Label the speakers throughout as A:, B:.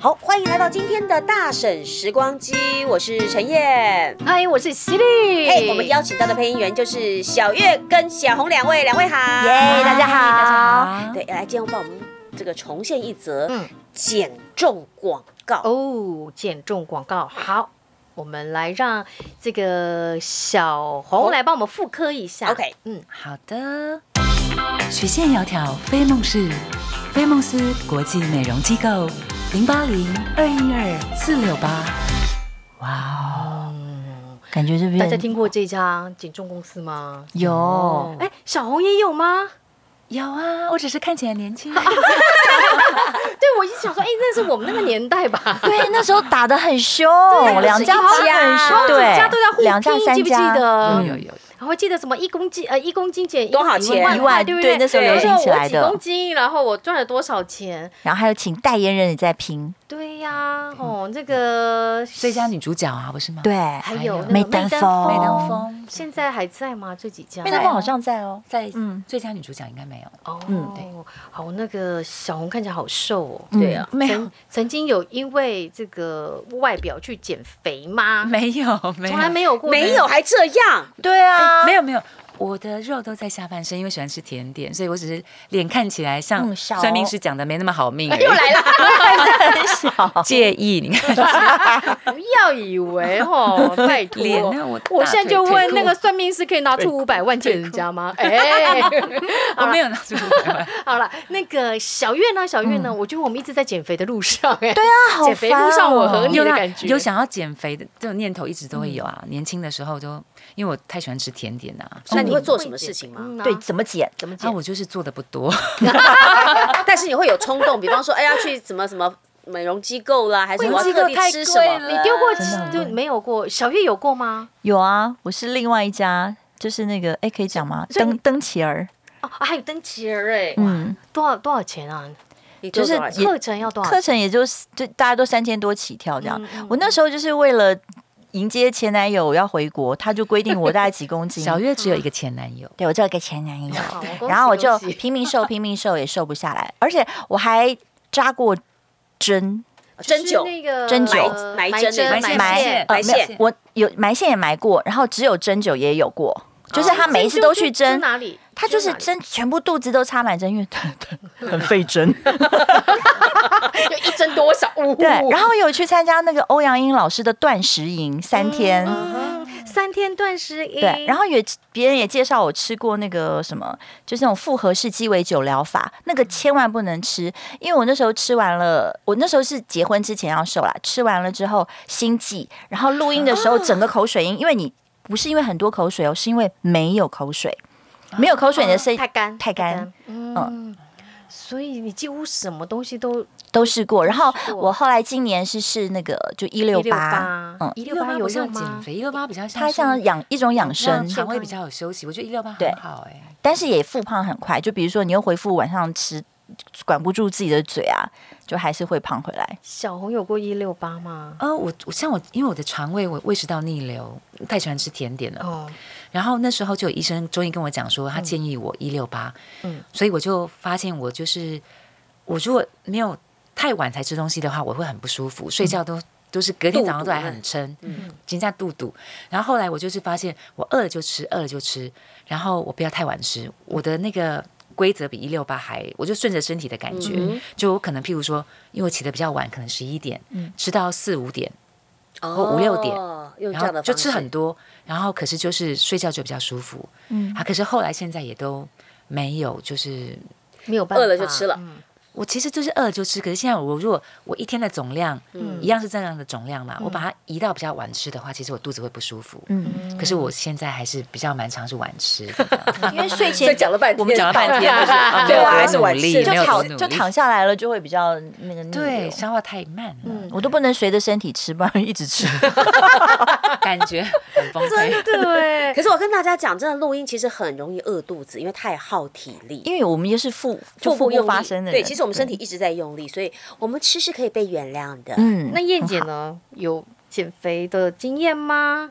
A: 好，欢迎来到今天的大婶时光机，我是陈燕。
B: 嗨，我是犀利。
A: 嘿、我们邀请到的配音员就是小月跟小红两位，两位好。
B: 耶大家好
C: 大家好。
A: 对，来今天帮我们这个重现一则
B: 嗯
A: 减重广告。
B: 哦，减重广告好。我们来让这个小
A: 红
B: 红来帮我们复刻一下。
A: OK
B: 嗯，
C: 好的。曲线窈窕菲梦是菲梦斯国际美容机构，零八零二一二四六八。哇哦，感觉这边
B: 大家听过这家减重公司吗？
C: 有
B: 哎，小红也 有吗？
C: 有啊，我只是看起来 年轻。
B: 对，我一直想说，哎，那是我们那个年 代吧？
D: 对，那时候打得很凶
B: 对，
D: 哦两家
B: 就是一
D: 打
B: 家
D: 得很
B: 然后
D: 凶，
B: 两
D: 对，
B: 哦家都在互拼
D: 两家三
B: 记不记
D: 家
B: 得
C: 有
B: 嗯
C: 有有，
B: 然后记得什么一公斤呃一公斤减
A: 多少钱
B: 一
D: 一
B: 万块
D: 万
B: 对不
D: 对那时候
B: 然
D: 流行
B: 后
D: 起
B: 我
D: 来
B: 几
D: 的
B: 公斤，然后我赚了多少钱？
D: 然后还有请代言人也在拼，
B: 对
A: 啊
B: 呀，哦，这个
C: 最佳女主角啊，不是吗？
D: 对，
B: 还有那个
D: 梅丹峰
C: 梅丹峰，
B: 现在还在吗？这几家？
D: 麦当峰好像在哦，
C: 在
D: 嗯
C: 最佳女主角应该没有。
B: 哦，
D: 嗯
B: 对，好，那个小红看起来好瘦哦。
D: 嗯
A: 对啊，
C: 没有
B: 曾曾经有因为这个外表去减肥吗？
C: 没有没有
B: 从来没有过，哦
A: 没有，。还这样，
D: 对啊，
C: 没
D: 有，
C: 有没有，我的肉都在下半身，因为喜欢吃甜点，所以我只是脸看起来像
D: 嗯小
C: 算命师讲的没那么好命而 已。
B: 又来了，
D: 很小，
C: 介意你 看
B: 不要以为 哦，拜托，
C: 脸呢？我
B: 我现在就
C: 大腿
B: 问
C: 腿
B: 那
C: 裤
B: 个，算命师，可以拿出五百万借人家吗？ 哎，
C: 我没有拿出来玩。
B: 好了，那个小月呢？小月呢？
C: 嗯
B: 我觉得我们一直在减肥的路上，哎，对
D: 对啊，好
B: 减肥路上
D: 烦哦
B: 我和你
C: 有
B: 的
C: 啦
B: 感觉嗯
C: 有想要减肥的这种念头一直都会有啊。年轻的时候都因为我太喜欢吃甜点啊，
B: 哦
A: 那你会做什么事情
B: 嗯
A: 吗？
D: 对，怎么减？
B: 怎么
C: 啊，
B: 减？
C: 我就是做的不多，
A: 嗯但是你会有冲动，比方说，哎呀，去什么什么美容机构啦，还是
C: 美
A: 我
C: 容
A: 要
C: 机
A: 特
C: 构
A: 地
C: 太
A: 吃
C: 贵
A: 什么？
C: 了
B: 你丢过
D: 真的很
B: 就
D: 贵
B: 没有过？小月有过吗？
D: 有啊，我是另外一家，就是那个，哎，可以讲吗？
B: 所以
D: 登登琪儿，
B: 哦，还有登琪儿哎，
D: 嗯，
B: 多少多少钱啊？
A: 你做多少
D: 就是
A: 钱
D: 也
B: 课程要多少
D: 课
B: 钱？
D: 程也就是就大家都三千多起跳这样
B: 嗯嗯。
D: 我那时候就是为了迎接前男友我要回国，他就规定我大概几公斤，
C: 小月只有
B: 啊
C: 一个前男友，
D: 对我就有个前男友。
B: 好恭喜
D: 然后我就
B: 恭喜
D: 拼命瘦，拼命瘦也瘦不下来，而且我还扎过针，
A: 哦针
B: 就是
A: 灸。
B: 那个
D: 针灸
B: 呃
A: 埋
B: 埋
A: 针埋
B: 针埋
A: 线
D: 埋
B: 线
A: 埋
D: 呃没有
A: 线
D: 我有埋线也埋过，然后只有针灸也有过，就是
B: 哦
D: 他每一次都去针，
B: 哪里？
D: 他就是
B: 哪里，
D: 针全部肚子都插满针，因为很费针。
B: 就一针多少？呜
D: 对，然后有去参加那个欧阳英老师的断食营三天。
B: 嗯三天断食一，
D: 对，然后也别人也介绍我吃过那个什么，就是那种复合式鸡尾酒疗法，那个千万不能吃，因为我那时候吃完了，我那时候是结婚之前要瘦啦，吃完了之后心悸，然后录音的时候整个口水音，因为你不是因为很多口水哦，是因为没有口水，没有口水你的声音
B: 太干
D: 太干，，
B: 嗯。所以你几乎什么东西都
D: 都试过，然后
B: 试过
D: 我后来今年是试那个就一六八，嗯，
B: 一六八有
C: 不像
B: 用
C: 减
B: 吗？
C: 肥，一六八比较像
D: 它
C: 是
D: 像养一种养
C: 让
D: 生，
C: 肠胃比较有休息，我觉得一六八
D: 对
C: 很好哎。
D: 但是也复胖很快。就比如说，你又回复晚上吃，管不住自己的嘴啊，就还是会胖回来。
B: 小红有过一六八吗？
C: 呃，我我像我，因为我的肠胃我胃食道逆流，太喜欢吃甜点了。
B: 哦，
C: 然后那时候就有医生中医跟我讲说，他建议我一六八，
B: 嗯
C: 所以我就发现我就是我如果没有太晚才吃东西的话，我会很不舒服，睡觉都、都是隔天早上都还很撑，嗯，紧下嗯肚肚。然后后来我就是发现，我饿了就吃，饿了就吃，然后我不要太晚吃，我的那个。规则比一六八还，我就顺着身体的感觉，就我可能譬如说，因为我起得比较晚，可能十一点，吃到四五点，
A: 哦
C: 五六点
A: 用这
C: 然
A: 样
C: 后
A: 的
C: 就
A: 方
C: 吃
A: 式
C: 很多，然后可是就是睡觉就比较舒服，嗯，啊，可是后来现在也都没有，就是
B: 没有办法，
A: 饿了就吃了
B: 嗯
C: 我其实就是饿了就吃，可是现在我如果我一天的总量，嗯，一样是这样的总量嘛，我把它移到比较晚吃的话，其实我肚子会不舒服，嗯，可是我现在还是比较蛮常是晚吃的，
D: 因为睡
A: 所以
D: 前
A: 讲了半天，
C: 我们讲了半天，就是啊
A: 对
C: 没有
A: 我还
C: 多
A: 是晚
C: 努
A: 吃
C: 力
A: 就
C: 没
D: 就
C: 有多
D: 躺
C: 努
D: 就
C: 力
D: 躺下来了，就会比较那个逆
C: 对，
D: 流
C: 消化太慢了，
D: 我都不能随着身体吃， 不然一直吃。
C: 感觉很崩 溃。
B: 对，
A: 可是我跟大家讲，真的录音其实很容易饿肚子，因为太耗体力。
D: 因为我们又是腹
A: 腹
D: 就腹
A: 部用
D: 部
A: 力
D: 发生的人，
A: 对，其实我们身体一直在用力，所以我们吃是可以被原谅的。
D: 嗯
B: 那燕姐呢？有减肥的经验吗？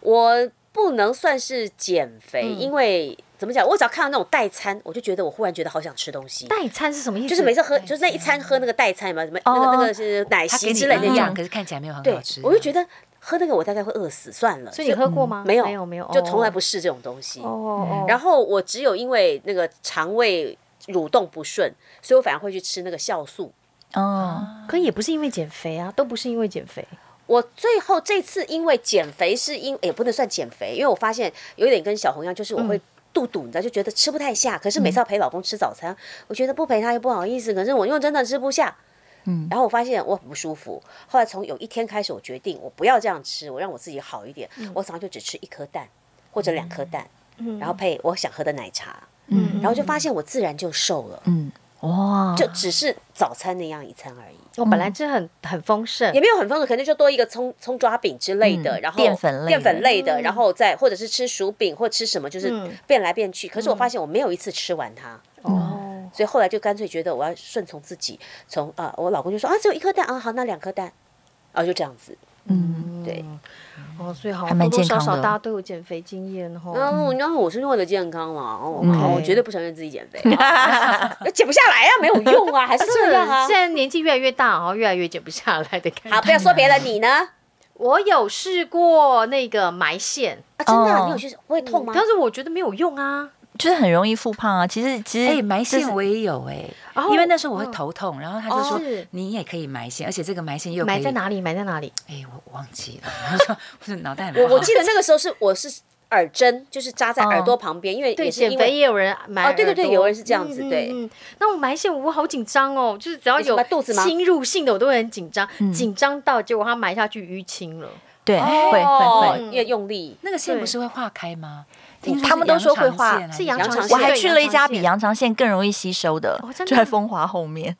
A: 我不能算是减肥，因为怎么讲？我只要看到那种代餐，我就觉得我忽然觉得好想吃东西。
B: 代餐是什么意思？
A: 就是每次喝，就是那一餐喝那个代餐嘛，什么那个
D: 哦
A: 那个是奶
C: 他
A: 昔
C: 给你
A: 之类的
C: 一
A: 这
C: 样，
A: 样。
C: 可是看起来没有很
A: 对
C: 好吃。，啊
A: 我就觉得喝那个我大概会饿死，算了。
B: 所以你喝过吗？
A: 没有
B: 没有没有，
A: 就从来
B: 哦
A: 不试这种东西。
B: 哦哦，
A: 然
B: 后
A: 后我只有因为那个肠胃蠕动不顺，所以我反而会去吃那个酵素。
D: 哦，
B: 可也不是因为减肥啊，都不是因为减肥，
A: 我最后这次因为减肥是因也不能算减肥，因为我发现有点跟小红一样，就是我会肚肚，你知道，就觉得吃不太下。可是每次要陪老公吃早餐，我觉得不陪他又不好意思，可是我又真的吃不下。嗯，然后我发现我很不舒服。后来从有一天开始，我决定我不要这样吃，我让我自己好一点。我早上就只吃一颗蛋或者两颗蛋，然后配我想喝的奶茶，
B: 嗯，
A: 然后就发现我自然就瘦了，
D: 嗯，哇，
A: 就只是早餐那样一餐而已。
B: 我本来就很很丰盛
A: 也，没有很丰富，可能就多一个葱葱抓饼之类的，
D: 嗯
A: 然后
D: 淀粉类的嗯
A: 淀粉类的，然后再或者是吃薯饼或吃什么，就是
B: 嗯
A: 变来变去。可是我发现我没有一次吃完它，
B: 哦，
A: 所以后来就干脆觉得我要顺从自己，从啊、我老公就说啊只有一颗蛋啊，好那两颗蛋，啊就这样子，
D: 嗯
A: 对。
B: 哦，所以好
D: 还
B: 多
D: 蛮
B: 多
D: 健
B: 少
D: 康
B: 少
D: 的
B: 大家都有减肥经验哦。
A: 然后然后我是为了健康嘛，哦，
D: 嗯
A: 好我绝对不承认自己 减肥，啊减不下来啊，没有用啊，还是这样啊
B: 现。在年纪越来越大，然后越来越减不下来的感
A: 好，
B: 觉。
A: 不要说别的，你呢？
B: 我有试过那个埋线，
A: 啊，真的啊、
D: 哦
A: 你有去会痛吗？
B: 但是我觉得没有用啊。
D: 就是很容易复胖啊。其实其实
C: 哎，埋
D: 这是
C: 线我也有哎
B: 哦，
C: 因为那时候我会头痛，然后他就说
B: 哦是
C: 你也可以埋线，而且这个埋线又可以
B: 埋在？哪里？埋在哪里？
C: 哎，我忘记了，我说我说脑袋很
A: 我
C: 不
A: 我
C: 好。
A: 记得那个时候是我是耳针，就是扎在耳朵旁边，因为
B: 对，
A: 也是
B: 减
A: 因为
B: 肥也有人埋
A: 哦对对对
B: 耳朵
A: 有人是这样子
B: 嗯
A: 对
B: 嗯嗯那我埋线我好紧张哦，就是只要
A: 你什
B: 有
A: 么肚子吗嗯
B: 侵入性的我都会很紧张，紧张到结果它埋下去淤 青了。
D: 对，会会会。
A: 哦，越用力。
C: 那个线不是会化开吗？听
D: 他们都说会化
C: 是
B: 是羊
A: 羊肠
B: 肠
A: 线
D: 我
B: 线，
D: 还
B: 对
D: 去了一家比
B: 羊
D: 羊肠线更容易吸收的
B: 哦，真的
D: 就在风华后面。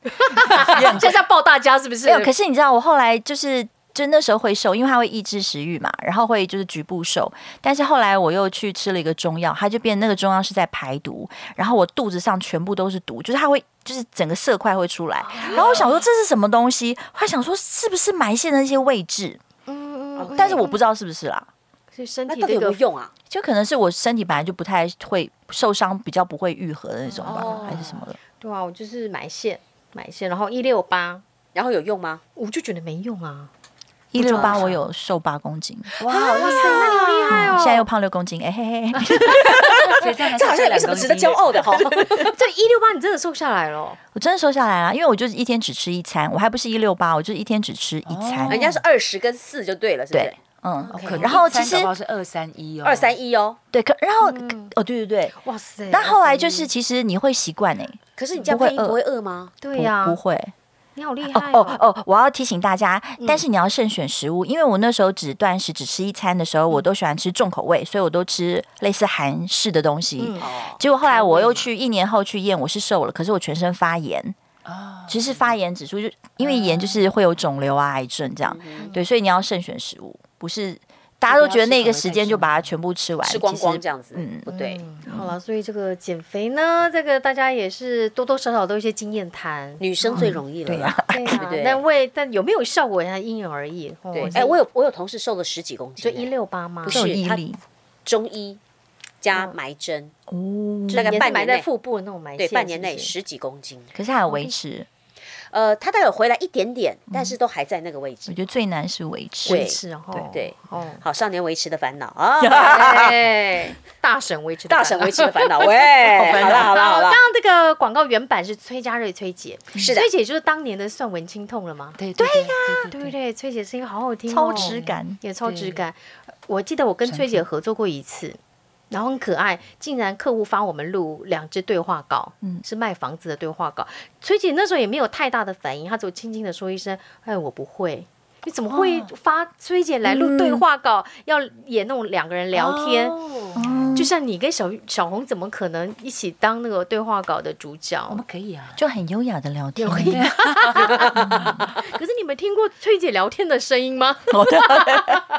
B: 肠线，这是要抱大家是不是？
D: 没有，可是你知道，我后来就是就那时候会瘦，因为它会抑制食欲嘛，然后会就是局部瘦。但是后来我又去吃了一个中药，它就变那个中药是在排毒，然后我肚子上全部都是毒，就是它会。就是整个色块会出来，然后我想说这是什么东西，后来想说是不是埋线的那些位置，
B: 嗯，嗯
A: 哦
B: 嗯
D: 但是我不知道是不是啦，
B: 所以身
A: 那
B: 嗯体
A: 到底
B: 这
A: 有没有
B: 个
A: 用啊？
D: 就可能是我身体本来就不太会受伤，比较不会愈合的那种吧，
A: 哦
D: 还是什么的。
B: 对啊，我就是埋线埋线，然后一六八，
A: 然后有用吗？
B: 我就觉得没用啊。
D: 一六八我有瘦八公斤，
C: 哇，好厉害！
B: 那你好厉害哦！
D: 现在又胖六公斤，哎嘿嘿，
C: 所以这样还
A: 这好像也没什么值得骄傲的哈。
B: 这一六八你真的瘦下来了，
D: 我真的瘦下来了，因为我就是一天只吃一餐，我还不是一六八，我就是一天只吃一餐。
C: 哦
A: 人家是二十跟四就对了，是不是
D: 对？，嗯
A: OK
C: 可能
D: 然后
C: 一餐
D: 其实
C: 搞不好是二三一哦，
A: 二三一哦。
D: 对，可然后、哦，对对对，
B: 哇塞！
D: 但后来就是其实你会习惯哎、
A: 可是你这样
D: 不会
A: 配音
D: 饿
A: 不会饿吗？
B: 对呀、
D: 不不会
B: 你好厉
D: 哦
B: 害
D: 哦哦，我要提醒大家，但是你要慎选食物，因为我那时候只断食只吃一餐的时候，我都喜欢吃重口味，所以我都吃类似韩式的东西。
B: 嗯
A: 哦，
D: 结果后来我又去一年后去验，我是瘦了，可是我全身发炎，
C: 哦，
D: 其实发炎指数就因为炎就是会有肿瘤啊、癌症这样，
A: 嗯
D: 对，所以你要慎选食物，不是大家都觉得那个时间就把它全部吃完，
A: 吃光光这
D: 样。
A: 样子，
D: 嗯
A: 不对。
B: 好了，所以这个减肥呢，这个大家也是多多少少都有一些经验谈。
A: 女生最容易了，
D: 对呀
B: 对啊
A: 对，
B: 但为但有没有效果，那因人而异。哦
A: 对。
B: 所以
A: 哎，我有我有同事瘦了十几公
B: 就
A: 斤，
B: 一六八吗？
A: 不
D: 这种
A: 是
D: 毅
A: 它
D: 力
A: 中医加埋针，
D: 哦，
A: 大概
B: 嗯也是
A: 半
B: 埋
A: 年
B: 在
A: 内，
B: 腹部的那种埋线，
A: 对，半年内
B: 是不是
A: 十几公斤。
D: 可是还有维持，
A: 呃，他大概有回来一点点，但
B: 嗯
A: 是都还在那个位
D: 我
A: 置。
D: 觉得最难是维持。
A: 对
B: 维持哦，
A: 对对
B: 哦，
A: 好，少年维持的烦恼 啊，
B: 哎，大神维持的
A: 大
B: 办法，
A: 神维持的 烦恼，喂，好了好了好
B: 好，
A: 了
B: 刚，刚这个广告原版是崔佳瑞崔姐，
A: 是的
B: 崔姐就是当年的算文青痛了吗？
C: 对对呀，
B: 对不对？崔姐声音好好听、哦，
D: 超质感
B: 也超质感。我记得我跟崔姐合作过一次，然后很可爱，竟然客户发我们录两支对话稿，嗯，是卖房子的对话稿。崔姐那时候也没有太大的反应，她只有轻轻的说一声：“哎，我不会。”你怎么会发崔姐来录对话稿，要演那种两个人聊天？
C: 哦
D: 啊
B: 就像你跟小小红怎么可能一起当那个对话稿的主角？
C: 我们可以啊，
D: 就很优雅的聊天，
B: 可是你们听过崔姐聊天的声音吗？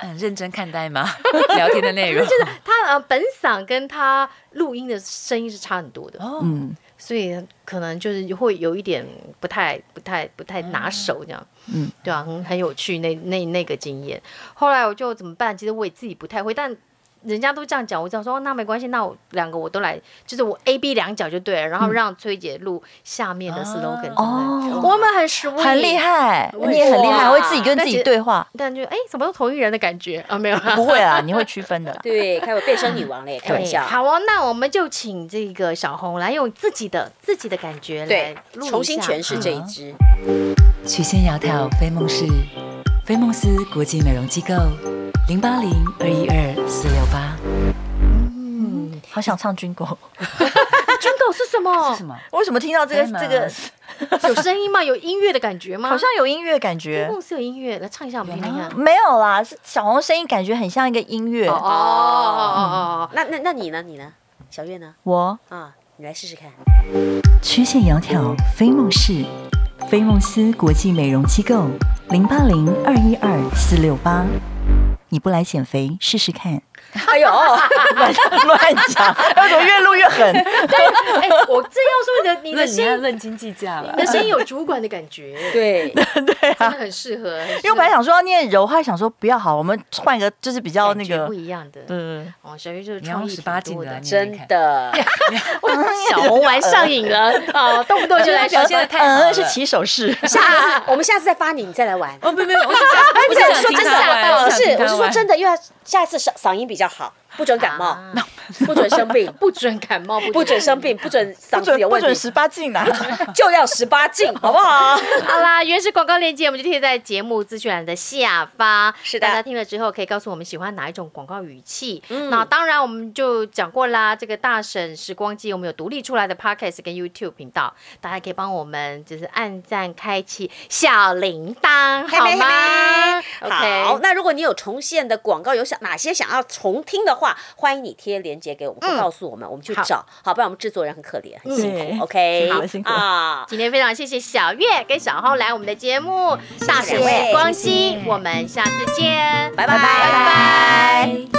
C: 很认真看待吗？ 聊天的内容就是
B: 他呃本嗓跟他录音的声音是差很多的，
C: 哦，
D: 嗯，
B: 所以可能就是会有一点不太不太不太拿手这样，
D: 嗯，
B: 对啊，很很有趣那那那个经验。后来我就怎么办？其实我也自己不太会，但人家都这样讲，我这样说，哦那没关系，那我两个我都来，就是我 A B 两脚就对了，然后让崔姐录下面的 slogan
D: 嗯哦
B: 对不对我们很 sweet，
D: 很厉，害，
A: 我也
D: 你也很厉害，
A: 哇
D: 会自己跟自己 对话。
B: 但就哎，怎么都同一人的感觉啊？没有啦，
D: 不会啦，你会区分的啦。
A: 对，开我变身女王了耶，开玩笑。
B: 好哦，那我们就请这个小红来用自己的自己的感觉来
A: 对，
B: 录一
A: 重新
B: 下啊
A: 诠释这一
C: 嗯
A: 支。
C: 曲线窈窕非梦是非梦思国际美容机构零八零二一二四六八。
D: 好想唱 军狗，
B: 军狗是什么？
C: 什么？
D: 为什么听到这个
C: 真的
D: 这个
B: 有声音吗？有音乐的感觉
A: 啊
B: 吗？
D: 好像有啊音乐感觉？
B: 梦是有音乐，来唱一下我们听听
A: 嗯
B: 看。
D: 没有啦，是小红的声音感觉很像一个音乐。
B: 哦哦哦哦
A: 那那那你呢？你呢？小月呢？
D: 我
A: 啊，你来试试 看。
C: 曲线窈窕非梦是非梦思国际美容机构零八零二一二四六八。
D: 你不来减肥试试看？哎呦，乱乱讲，为什么越录越狠？
B: 哦！哎，我这要说你的你的声音，
C: 论斤计较了
B: 你的声音有主管的感觉，
A: 对，
B: 真的很适合。很适合
D: 因为我本来想说要念柔，后来想说不要好，我们换一个就是比较
B: 感
D: 那
B: 觉
D: 个
B: 不。一样的。
D: 嗯，
B: 哦，小月就是
C: 你要
B: 创意挺
C: 18
B: 多
C: 禁的
B: 的
C: 啊，你
A: 真 的，
B: 小红玩上瘾了 哦，动不动就 来
C: 表现得太好了
D: 嗯，是起手式。
A: 下次我们下次再发你，你再来玩。
C: 呃哦，没没没，我是想，我是想
A: 说
C: 听
A: 真
C: 他玩，
A: 的，不是，
C: 想听
A: 我
C: 他
A: 是说
C: 玩
A: 真的，又要下次嗓嗓音比较好，不准感冒，
B: 啊
A: 不准生病，
B: 不准感冒，
A: 不准生病，不准嗓
D: 不准
A: 子有
D: 不
A: 问
D: 准
A: 题，
D: 十八禁啊！
A: 就要十八禁，好不好？
B: 好啦，原始广告链接我们就贴在节目资讯栏的下方。
A: 是的
B: 大家听了之后可以告诉我们喜欢哪一种广告语气。
A: 嗯
B: 那当然我们就讲过啦，这个大婶时光机我们有独立出来的 podcast 跟 YouTube 频道，大家可以帮我们就是按赞、开启小铃铛，
A: 嘿
B: 好
A: 妹
B: 吗
A: 嘿妹好，
B: ？OK。
A: 那如果你有重现的广告，有想哪些想要重听的话，欢迎你贴链接给我们，
D: 嗯
A: 或告诉我们，我们去
B: 好
A: 找，好，不然我们制作人很可怜，很辛
D: 对
A: 苦。OK，
D: 辛苦了辛苦了
A: 啊，
B: 今天非常谢谢小月跟小浩来我们的节目《大婶
A: 两位
B: 时光机》，我们下次见，
A: 拜拜
B: 拜拜。
D: 拜。